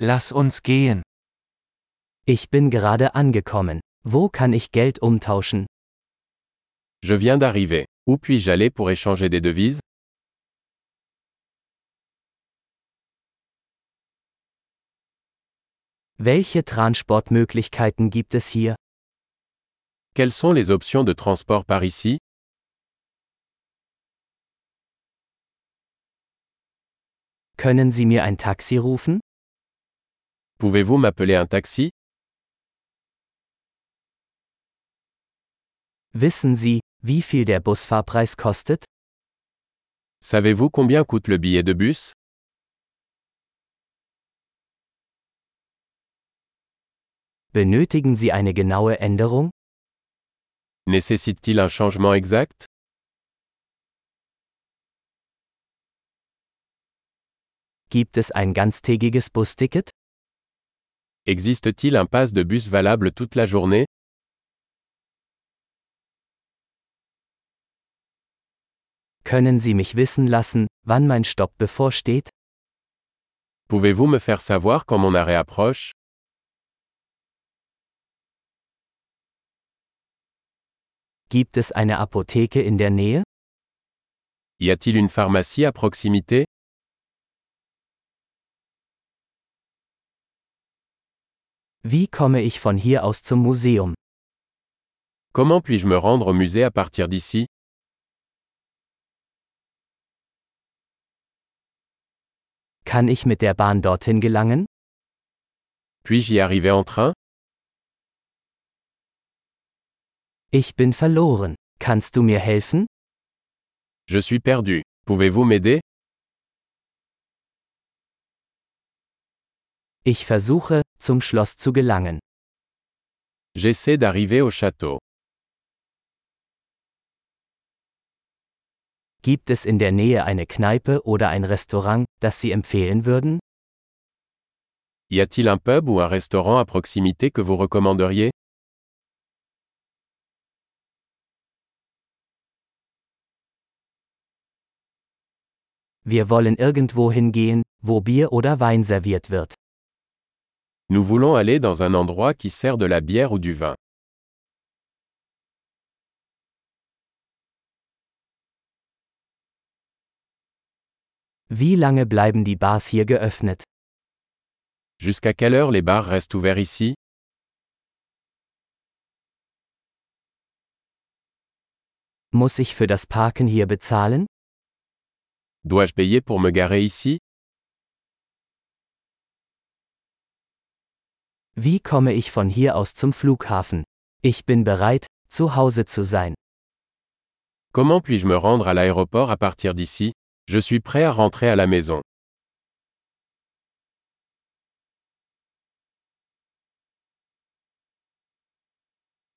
Lass uns gehen. Ich bin gerade angekommen. Wo kann ich Geld umtauschen? Je viens d'arriver. Où puis-je aller pour échanger des devises Welche Transportmöglichkeiten gibt es hier? Quelles sont les options de transport par ici Können Sie mir ein Taxi rufen? Pouvez-vous m'appeler un taxi Wissen Sie, wie viel der Busfahrpreis kostet? Savez-vous combien coûte le billet de bus Benötigen Sie eine genaue Änderung? Nécessite-t-il un changement exact Gibt es ein ganztägiges Busticket? Existe-t-il un pass de bus valable toute la journée Können Sie mich wissen lassen, wann mein Stopp bevorsteht? Pouvez-vous me faire savoir quand mon arrêt approche Gibt es eine Apotheke in der Nähe? Y a-t-il une pharmacie à proximité Wie komme ich von hier aus zum Museum? Comment puis-je me rendre au musée à partir d'ici Kann ich mit der Bahn dorthin gelangen? Puis-je y arriver en train Ich bin verloren. Kannst du mir helfen? Je suis perdu. Pouvez-vous m'aider Ich versuche, zum Schloss zu gelangen. J'essaie d'arriver au château. Gibt es in der Nähe eine Kneipe oder ein Restaurant, das Sie empfehlen würden? Y a-t-il un pub ou un restaurant à proximité que vous recommanderiez Wir wollen irgendwo hingehen, wo Bier oder Wein serviert wird. Nous voulons aller dans un endroit qui sert de la bière ou du vin. Wie lange bleiben die Bars hier geöffnet? Jusqu'à quelle heure les bars restent ouverts ici Muss ich für das Parken hier bezahlen? Dois-je payer pour me garer ici Wie komme ich von hier aus zum Flughafen? Ich bin bereit, zu Hause zu sein. Comment puis-je me rendre à l'aéroport à partir d'ici Je suis prêt à rentrer à la maison.